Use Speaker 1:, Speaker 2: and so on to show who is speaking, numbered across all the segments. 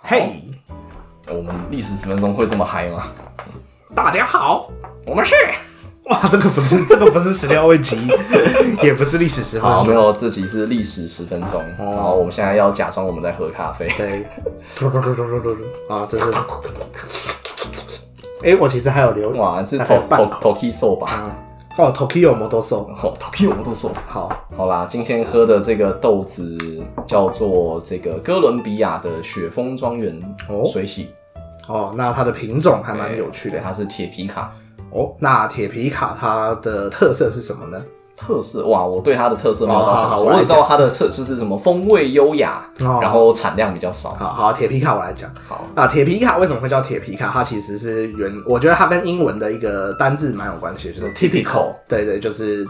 Speaker 1: 嘿，
Speaker 2: 呃我们历史十分钟会这么嗨 吗？
Speaker 1: 大家好，
Speaker 2: 我们是
Speaker 1: 哇，这个不是 这个不是始料未及，也不是历史十分
Speaker 2: 好，没
Speaker 1: 钟，
Speaker 2: 有，这集是历史十分钟，然后我们现在要假装我们在喝咖啡。
Speaker 1: 对，嘟嘟嘟嘟嘟嘟嘟啊，这是，哎，我其实还有留，
Speaker 2: 哇，是
Speaker 1: 大概
Speaker 2: To
Speaker 1: 有半
Speaker 2: To
Speaker 1: 口
Speaker 2: Toki So 吧？
Speaker 1: 啊，哦，Tokyo 摩托兽，
Speaker 2: 哦，Toki 我都说
Speaker 1: 好，
Speaker 2: 好啦，今天喝的这个豆子叫做这个哥伦比亚的雪峰庄园
Speaker 1: 哦
Speaker 2: 水洗，
Speaker 1: 哦，那它的品种还蛮有趣
Speaker 2: 对，
Speaker 1: 的，
Speaker 2: 它是铁皮卡。
Speaker 1: 哦，那铁皮卡它的特色是什么呢？
Speaker 2: 特色哇，我对它的特色没有
Speaker 1: 哦
Speaker 2: 到
Speaker 1: 好
Speaker 2: 很
Speaker 1: 好
Speaker 2: 熟，
Speaker 1: 我
Speaker 2: 我
Speaker 1: 来
Speaker 2: 只知道它的特就是什么风味优雅，
Speaker 1: 哦
Speaker 2: 然后产量比较少。
Speaker 1: 好好，铁皮卡我来讲。
Speaker 2: 好，
Speaker 1: 啊，铁皮卡为什么会叫铁皮卡？它其实是原，我觉得它跟英文的一个单字蛮有关系的，就是
Speaker 2: typical
Speaker 1: typical，对对，就是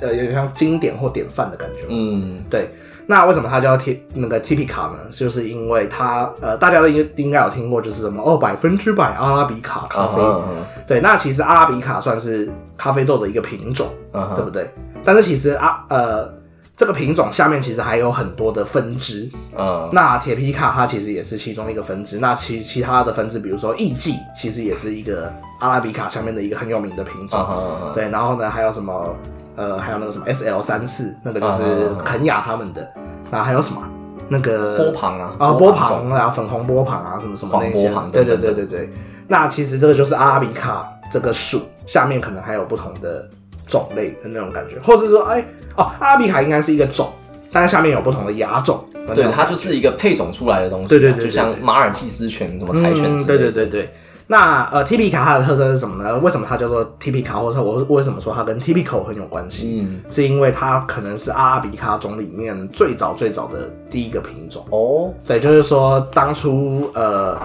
Speaker 1: 呃有点像经典或典范的感觉。
Speaker 2: 嗯，
Speaker 1: 对，那为什么它叫铁那个 typical 呢？就是因为它呃，大家都应应该有听过，就是什么哦，百分之百阿拉比卡咖啡。
Speaker 2: 嗯嗯
Speaker 1: 对，那其实阿拉比卡算是咖啡豆的一个品种，
Speaker 2: 嗯
Speaker 1: 对
Speaker 2: 哼
Speaker 1: 不对？但是其实啊呃，这个品种下面其实还有很多的分支。
Speaker 2: 嗯，
Speaker 1: 那铁皮卡它其实也是其中一个分支，那其其他的分支，比如说艺妓，其实也是一个阿拉比卡下面的一个很有名的品种。
Speaker 2: 嗯哼嗯哼
Speaker 1: 对，然后呢，还有什么呃，还有那个什么 S L 三四，那个
Speaker 2: 嗯
Speaker 1: 就是肯雅他们的，然后还有什么啊那个
Speaker 2: 波旁啊，
Speaker 1: 啊波旁
Speaker 2: 种
Speaker 1: 啊，粉红波旁啊，什么什么那
Speaker 2: 黄
Speaker 1: 些
Speaker 2: 波旁，
Speaker 1: 对
Speaker 2: 等
Speaker 1: 对
Speaker 2: 等
Speaker 1: 对对对。那其实这个就是阿拉比卡这个属下面可能还有不同的种类的那种感觉，或者说哎哦，阿拉比卡应该是一个种，但是下面有不同的亚种的那种感觉。
Speaker 2: 对，它就是一个配种出来的东西啊，
Speaker 1: 对对对对
Speaker 2: 就像马尔济斯犬、什么柴犬之
Speaker 1: 嗯。
Speaker 2: 类的，
Speaker 1: 对对对对。那呃，T P 卡它的特色是什么呢？为什么它叫做 T P 卡，或者说我为什么说它跟 T P 口很有关系？
Speaker 2: 嗯，
Speaker 1: 是因为它可能是阿拉比卡种里面最早最早的第一个品种。
Speaker 2: 哦，
Speaker 1: 对，就是说当初呃，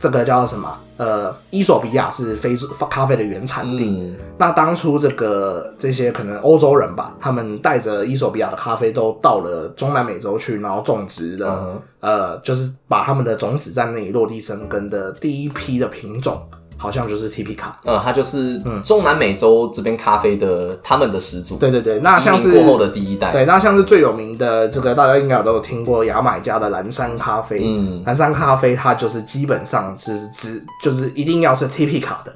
Speaker 1: 这个叫什么？呃，伊索比亚是非洲咖啡的原产地。
Speaker 2: 嗯，
Speaker 1: 那当初这个这些可能欧洲人吧，他们带着伊索比亚的咖啡都到了中南美洲去，然后种植了，
Speaker 2: 嗯
Speaker 1: 呃，就是把他们的种子在那里落地生根的第一批的品种，好像就是 T P 卡。
Speaker 2: 呃，它就是中南美洲这边咖啡的他们的始祖，
Speaker 1: 嗯对对对，那
Speaker 2: 移
Speaker 1: 像
Speaker 2: 民
Speaker 1: 是
Speaker 2: 过后的第一代，
Speaker 1: 对，那像是最有名的这个，大家应该有都有听过牙买加的蓝山咖啡。
Speaker 2: 嗯，
Speaker 1: 蓝山咖啡它就是基本上是只就是一定要是 T P 卡的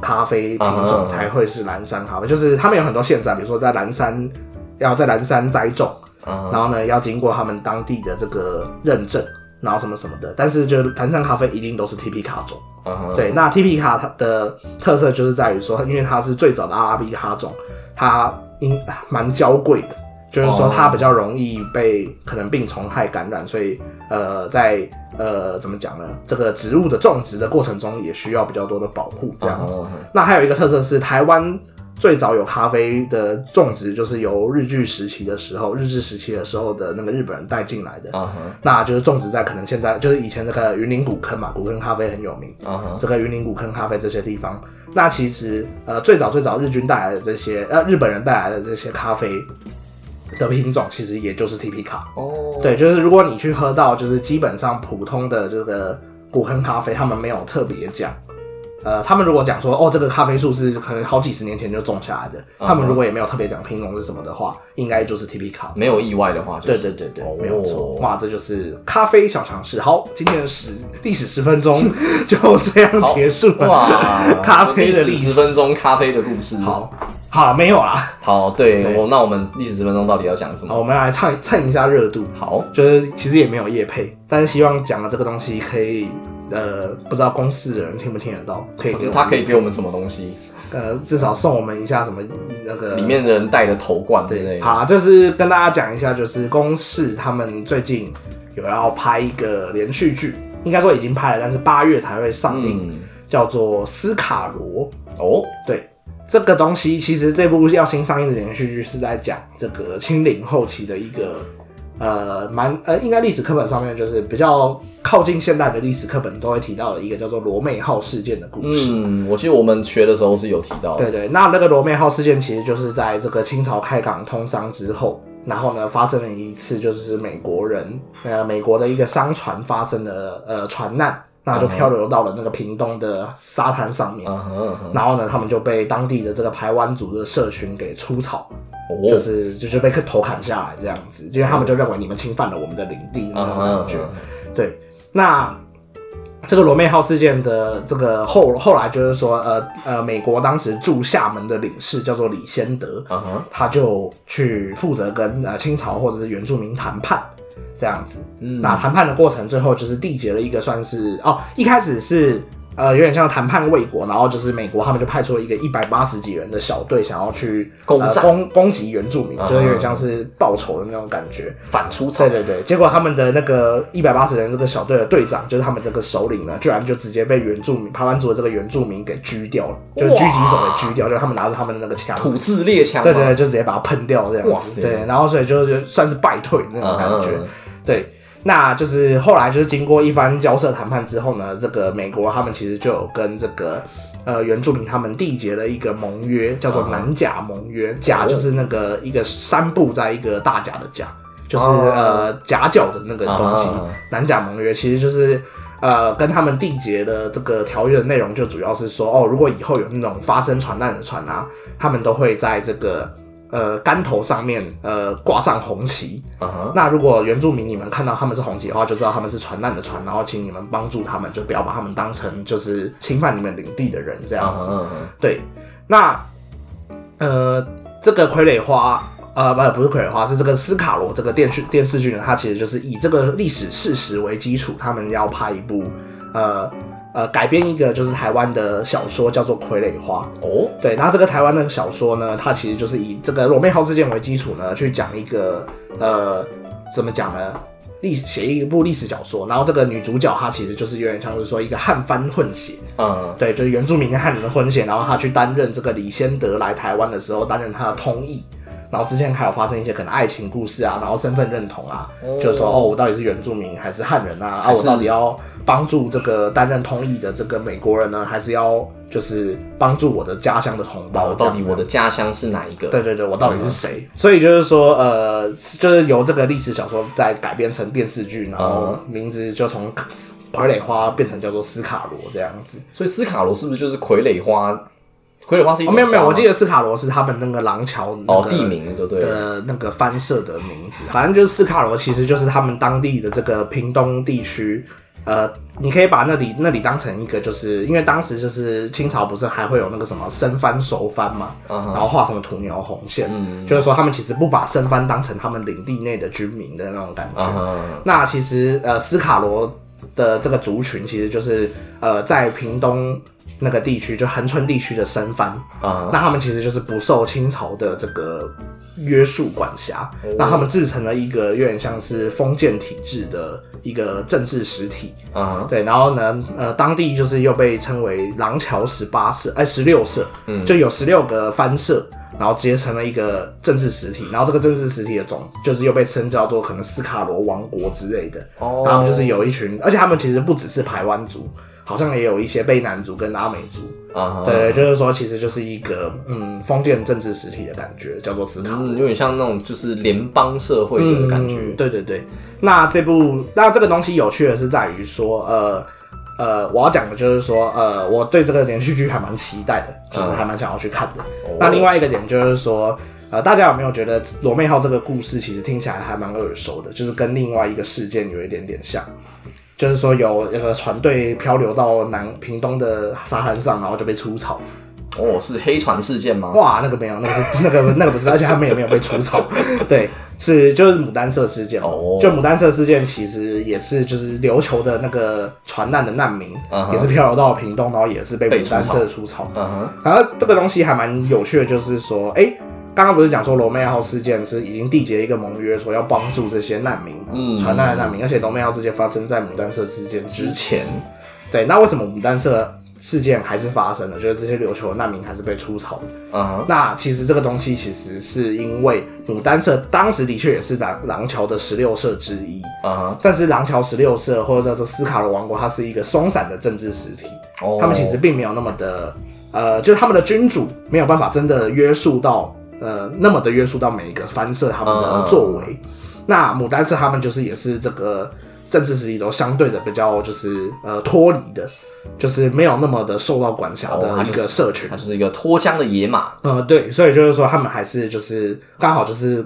Speaker 1: 咖啡品
Speaker 2: 啊
Speaker 1: 种才会是蓝山咖啡，就是他们有很多限制啊，比如说在蓝山要在蓝山栽种，
Speaker 2: 啊，
Speaker 1: 然后呢要经过他们当地的这个认证，然后什么什么的，但是就是蓝山咖啡一定都是 T P 卡种。
Speaker 2: 啊哈，
Speaker 1: 对，那 T P 卡它的特色就是在于说，因为它是最早的阿拉比卡种，它应蛮娇贵的，就是说
Speaker 2: 哦
Speaker 1: 它比较容易被可能病虫害感染，所以呃，在呃怎么讲呢？这个植物的种植的过程中也需要比较多的保护，这样子。
Speaker 2: 啊
Speaker 1: 那还有一个特色是，台湾最早有咖啡的种植，就是由日据时期的时候，日治时期的时候的那个日本人带进来的。
Speaker 2: 啊哈，
Speaker 1: 那就是种植在可能现在就是以前那个云林古坑嘛，古坑咖啡很有名。
Speaker 2: 啊哈，
Speaker 1: 这个云林古坑咖啡这些地方。那其实呃，最早最早日军带来的这些呃日本人带来的这些咖啡的品种，其实也就是 T P 卡。
Speaker 2: 哦，
Speaker 1: 对，就是如果你去喝到就是基本上普通的这个古坑咖啡，他们没有特别讲。呃，他们如果讲说哦，这个咖啡树是可能好几十年前就种下来的，他们如果也没有特别讲品种是什么的话，应该就是 T P 卡。
Speaker 2: 没有意外的话，就
Speaker 1: 对
Speaker 2: 是
Speaker 1: 对对对
Speaker 2: 哦，
Speaker 1: 没有错。哇，这就是咖啡小常识。好，今天的十历史十分 钟就这样结束了。
Speaker 2: 哇，
Speaker 1: 咖啡的历史
Speaker 2: 十分钟，咖啡的故事，
Speaker 1: 好，好，没有啦。
Speaker 2: 好，对
Speaker 1: 对
Speaker 2: 我，那我们历史十分钟到底要讲什
Speaker 1: 好，
Speaker 2: 么？
Speaker 1: 我们来蹭蹭一下热度。
Speaker 2: 好，
Speaker 1: 就是其实也没有业配，但是希望讲的这个东西可以，呃，不知道公司的人听不听得到，可以
Speaker 2: 可
Speaker 1: 给
Speaker 2: 是
Speaker 1: 我
Speaker 2: 哦他
Speaker 1: 们，
Speaker 2: 可以给我们什么东西？
Speaker 1: 呃，至少送我们一下什么那个
Speaker 2: 里面的人戴的头冠之类
Speaker 1: 呃对，
Speaker 2: 的。
Speaker 1: 好，就是跟大家讲一下，就是公视他们最近有要拍一个连续剧，应该说已经拍了，但是八月才会上映，
Speaker 2: 嗯，
Speaker 1: 叫做《斯卡罗》。
Speaker 2: 哦，
Speaker 1: 对，这个东西其实这部要新上映的连续剧是在讲这个清零后期的一个呃蛮呃，应该历史课本上面就是比较靠近现代的历史课本都会提到的一个叫做罗妹号事件的故事。
Speaker 2: 嗯，我记得我们学的时候是有提到的。
Speaker 1: 对对，那那个罗妹号事件其实就是在这个清朝开港通商之后，然后呢发生了一次就是美国人呃美国的一个商船发生了呃船难，那就漂流到了那个屏东的沙滩上面。
Speaker 2: 嗯哼，嗯哼
Speaker 1: 然后呢，他们就被当地的这个排湾族的社群给出草，就
Speaker 2: 哦，
Speaker 1: 是就是被头砍下
Speaker 2: 啊
Speaker 1: 嗯来这样子，因为他们就认为你们侵犯了我们的领地那种感觉。
Speaker 2: 嗯
Speaker 1: 对，那这个罗妹号事件的这个后后来就是说，呃呃，美国当时驻厦门的领事叫做李先德，
Speaker 2: 嗯哼，
Speaker 1: 他就去负责跟呃清朝或者是原住民谈判这样子。
Speaker 2: 嗯
Speaker 1: 那谈判的过程最后就是缔结了一个算是哦，一开始是呃有点像谈判未果，然后就是美国他们就派出了一个一百八十几人的小队，想要去
Speaker 2: 攻
Speaker 1: 呃
Speaker 2: 占
Speaker 1: 攻攻击原住民，
Speaker 2: 嗯
Speaker 1: 就是有点像是报仇的那种感觉。
Speaker 2: 反出草
Speaker 1: 对，对对，结果他们的那个一百八十人这个小队的队长，就是他们这个首领呢，居然就直接被原住民排湾族的这个原住民给狙掉了，就是狙击手给狙掉，就是他们拿着他们的那个枪，
Speaker 2: 土制猎枪嘛，
Speaker 1: 对对对，就直接把它喷掉这
Speaker 2: 哇
Speaker 1: 样
Speaker 2: 塞
Speaker 1: 子，对，然后所以就是算是败退的那种感觉，
Speaker 2: 嗯
Speaker 1: 对。那就是后来就是经过一番交涉谈判之后呢，这个美国他们其实就有跟这个呃原住民他们缔结了一个盟约，叫
Speaker 2: 嗯
Speaker 1: 做南甲盟约。
Speaker 2: 哦
Speaker 1: 甲就是那个一个山部在一个大甲的甲，就是、
Speaker 2: 哦
Speaker 1: 呃夹角的那个东西。
Speaker 2: 啊
Speaker 1: 南甲盟约其实就是呃跟他们缔结的这个条约的内容，就主要是说哦，如果以后有那种发生船难的船啊，他们都会在这个呃竿头上面呃挂上红旗。
Speaker 2: 嗯哼，
Speaker 1: 那如果原住民你们看到他们是红旗的话，就知道他们是船难的船，然后请你们帮助他们，就不要把他们当成就是侵犯你们领地的人这
Speaker 2: 嗯
Speaker 1: 样子。
Speaker 2: 哼，嗯哼
Speaker 1: 对，那呃，这个傀儡花，呃，不，不是傀儡花，是这个斯卡罗这个电视电视剧呢，它其实就是以这个历史事实为基础，他们要拍一部呃呃改编一个就是台湾的小说，叫做《傀儡花》。
Speaker 2: 哦，
Speaker 1: 对，然后这个台湾的小说呢，它其实就是以这个罗妹号事件为基础呢，去讲一个呃，怎么讲呢？历写一部历史小说，然后这个女主角她其实就是有点像是说一个汉番混血，
Speaker 2: 嗯，
Speaker 1: 对，就是原住民跟汉人的婚险，然后他去担任这个李先德来台湾的时候，担任他的通译。然后之前还有发生一些可能爱情故事啊，然后身份认同啊，
Speaker 2: 哦
Speaker 1: 就是说哦，我到底是原住民还是汉人啊？啊，
Speaker 2: 还
Speaker 1: 我
Speaker 2: 是
Speaker 1: 到底要帮助这个担任通译的这个美国人呢，还是要就是帮助我的家乡的同
Speaker 2: 那
Speaker 1: 胞？
Speaker 2: 我哦到
Speaker 1: 这
Speaker 2: 底嗯
Speaker 1: 样
Speaker 2: 我的家乡是哪一个？
Speaker 1: 对对对，我到底是谁？所以就是说，呃，就是由这个历史小说再改编成电视剧，然后
Speaker 2: 哦
Speaker 1: 名字就从傀儡花变成叫做斯卡罗这样子。
Speaker 2: 所以斯卡罗是不是就是傀儡花？傀儡花是一
Speaker 1: 哦，
Speaker 2: 种
Speaker 1: 没有没有，
Speaker 2: 花吗
Speaker 1: 我记得斯卡罗是他们那个廊桥那
Speaker 2: 哦
Speaker 1: 个
Speaker 2: 地名就对了，
Speaker 1: 的那个翻社的名字，啊反正就是斯卡罗，其实就是他们当地的这个屏东地区。呃，你可以把那里那里当成一个，就是因为当时就是清朝不是还会有那个什么生番熟番嘛
Speaker 2: 嗯哼嗯
Speaker 1: 然后画什么土牛红线就是说他们其实不把生番当成他们领地内的居民的那种感觉。
Speaker 2: 嗯哼，
Speaker 1: 那其实呃，斯卡罗的这个族群其实就是呃，在屏东那个地区，就恒春地区的生番，
Speaker 2: 嗯哼，
Speaker 1: 那他们其实就是不受清朝的这个约束管辖，那他们制成了一个有点像是封建体制的一个政治实体。
Speaker 2: 嗯哼，
Speaker 1: 对，然后呢，呃，当地就是又被称为廊桥十八社，哎，十六社，就有十六个藩社，然后结成了一个政治实体，然后这个政治实体的种就是又被称叫做可能斯卡罗王国之类的，
Speaker 2: 哦
Speaker 1: 然后他们就是有一群，而且他们其实不只是排湾族，好像也有一些卑南族跟阿美族，
Speaker 2: 嗯哼，
Speaker 1: 对，就是说，其实就是一个嗯封建政治实体的感觉，叫做斯卡。
Speaker 2: 嗯，有点像那种就是联邦社会的感觉
Speaker 1: 嗯，对对对。那这部，那这个东西有趣的是在于说，呃呃，我要讲的就是说，呃，我对这个连续剧还蛮期待的，就是还蛮想要去看的。
Speaker 2: 哦
Speaker 1: 那另外一个点就是说，呃，大家有没有觉得《罗妹号》这个故事其实听起来还蛮耳熟的，就是跟另外一个事件有一点点像。就是说有那个船队漂流到南屏东的沙滩上，然后就被出草，嗯
Speaker 2: 哦，是黑船事件吗？
Speaker 1: 哇，那个没有，那个是那个那个不是，而且他们也没有被除草。对，是就是牡丹社事件。
Speaker 2: 哦
Speaker 1: 就牡丹社事件其实也是就是琉球的那个船难的难民
Speaker 2: 嗯哼
Speaker 1: 也是漂流到屏东，然后也是被
Speaker 2: 被
Speaker 1: 牡丹
Speaker 2: 除草
Speaker 1: 社除草。
Speaker 2: 嗯哼，
Speaker 1: 然后这个东西还蛮有趣的，就是说，哎、刚刚不是讲说罗妹号事件是已经缔结一个盟约，说要帮助这些难民，
Speaker 2: 嗯
Speaker 1: 船难的难民，而且罗妹号事件发生在牡丹社事件之
Speaker 2: 之前
Speaker 1: 对，那为什么牡丹社事件还是发生了？就是这些琉球的难民还是被出草的
Speaker 2: 嗯哼，
Speaker 1: 那其实这个东西其实是因为牡丹社当时的确也是廊廊桥的十六社之一，
Speaker 2: 嗯哼，
Speaker 1: 但是廊桥十六社或者叫做斯卡罗王国，它是一个松散的政治实体，
Speaker 2: 哦，
Speaker 1: 他们其实并没有那么的，呃，就是他们的君主没有办法真的约束到，呃，那么的约束到每一个藩社他们的作为。
Speaker 2: 嗯
Speaker 1: 那牡丹社他们就是也是这个政治实力都相对的比较就是呃脱离的，就是没有那么的受到管辖
Speaker 2: 哦它
Speaker 1: 的
Speaker 2: 就
Speaker 1: 一
Speaker 2: 是
Speaker 1: 个社群
Speaker 2: 它。就是一个脱缰的野马，
Speaker 1: 呃，对，所以就是说他们还是就是刚好就是。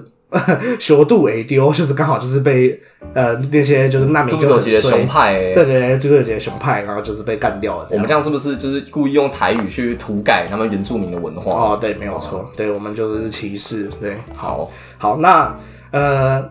Speaker 1: 小度为丢，就是刚好就是被呃那些就是难民
Speaker 2: 杜
Speaker 1: 就
Speaker 2: 德
Speaker 1: 很
Speaker 2: 杰的
Speaker 1: 衰
Speaker 2: 熊派、欸，
Speaker 1: 对对对，就是有些熊派，然后就是被干掉了这样
Speaker 2: 我们。这样是不是就是故意用台语去涂改他们原住民的文化？
Speaker 1: 哦，对，没有错，对我们就是歧视，对，
Speaker 2: 好，
Speaker 1: 好，那呃，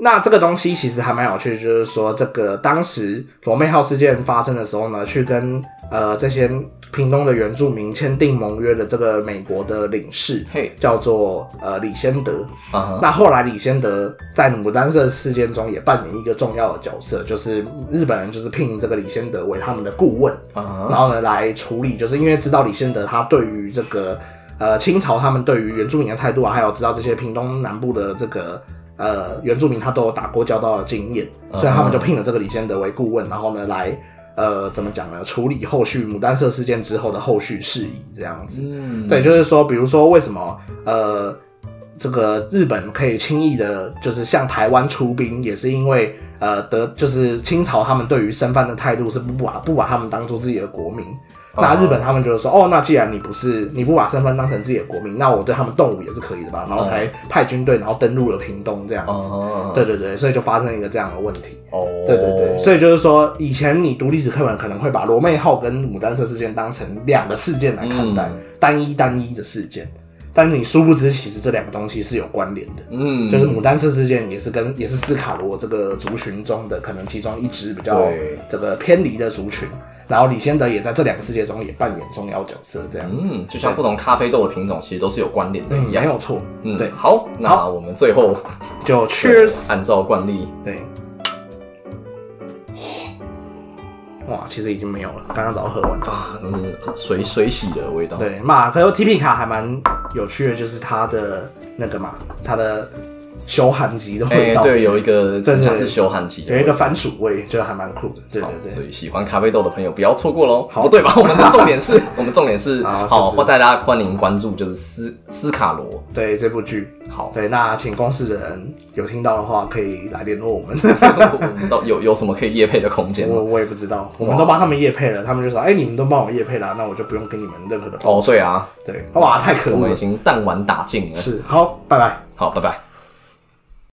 Speaker 1: 那这个东西其实还蛮有趣的，就是说这个当时罗妹号事件发生的时候呢，去跟呃这些屏东的原住民签订盟约的这个美国的领事
Speaker 2: 嘿，
Speaker 1: 叫做呃李先德。
Speaker 2: 啊、
Speaker 1: 那后来李先德在牡丹社事件中也扮演一个重要的角色，就是日本人就是聘这个李先德为他们的顾问。
Speaker 2: 啊、
Speaker 1: 然后呢来处理，就是因为知道李先德他对于这个呃清朝他们对于原住民的态度啊，还有知道这些屏东南部的这个呃原住民他都有打过交道的经验，
Speaker 2: 啊
Speaker 1: 所以他们就聘了这个李先德为顾问，然后呢来呃怎么讲呢，处理后续牡丹社事件之后的后续事宜这样子。
Speaker 2: 嗯，
Speaker 1: 对，就是说，比如说为什么呃，这个日本可以轻易的，就是向台湾出兵，也是因为呃，德就是清朝他们对于身犯的态度是不把不把他们当做自己的国民。那日本他们就是说，哦，那既然你不是你不把身份当成自己的国民，那我对他们动武也是可以的吧？然后才派军队，然后登陆了屏东这样子。
Speaker 2: 啊
Speaker 1: 对对对，所以就发生一个这样的问题。
Speaker 2: 哦，
Speaker 1: 对对对，所以就是说，以前你读历史课本可能会把罗妹号跟牡丹社事件当成两个事件来看待，
Speaker 2: 嗯
Speaker 1: 单一单一的事件。但你殊不知，其实这两个东西是有关联的。
Speaker 2: 嗯，
Speaker 1: 就是牡丹社事件也是跟也是斯卡罗这个族群中的可能其中一支比较
Speaker 2: 对
Speaker 1: 这个偏离的族群，然后李先德也在这两个世界中也扮演重要角色，这样子。
Speaker 2: 嗯，就像不同咖啡豆的品种其实都是有关联的
Speaker 1: 嗯，
Speaker 2: 一样
Speaker 1: 没。有错。
Speaker 2: 嗯，
Speaker 1: 对，
Speaker 2: 好，那
Speaker 1: 好
Speaker 2: 我们最后
Speaker 1: 就 Cheers。
Speaker 2: 按照惯例，
Speaker 1: 对。哇，其实已经没有了，刚刚早喝完。
Speaker 2: 啊，真是水水洗的味道。，
Speaker 1: 对，马可 T P 卡还蛮有趣的，就是它的那个嘛，它的修寒级的味
Speaker 2: 哎、
Speaker 1: 道，
Speaker 2: 对，有一个
Speaker 1: 对对
Speaker 2: 像是修汉籍的
Speaker 1: 有
Speaker 2: 味
Speaker 1: 一
Speaker 2: 道
Speaker 1: 个番薯味，就还蛮酷的。对
Speaker 2: 好
Speaker 1: 对
Speaker 2: 所
Speaker 1: 对，
Speaker 2: 以喜欢咖啡豆的朋友不要错过喽。不对吧？我们的重 点是，我们重点是，
Speaker 1: 好
Speaker 2: 好，
Speaker 1: 就是
Speaker 2: 大家欢迎关注，就是斯斯卡罗。
Speaker 1: 对这部剧，
Speaker 2: 好，
Speaker 1: 对，那请公司的人有听到的话，可以来联络我 们。
Speaker 2: 我们到 有有什么可以夜配的空间吗？
Speaker 1: 我我也不知道，我们都帮他们夜配了，他们就说，哎、你们都帮我夜配了，那我就不用给你们任何的报。
Speaker 2: 哦，对啊，
Speaker 1: 对，哇，太可
Speaker 2: 我
Speaker 1: 恶
Speaker 2: 们已
Speaker 1: 了。
Speaker 2: 经弹丸打尽了。
Speaker 1: 是，好，拜拜。
Speaker 2: 好，拜拜。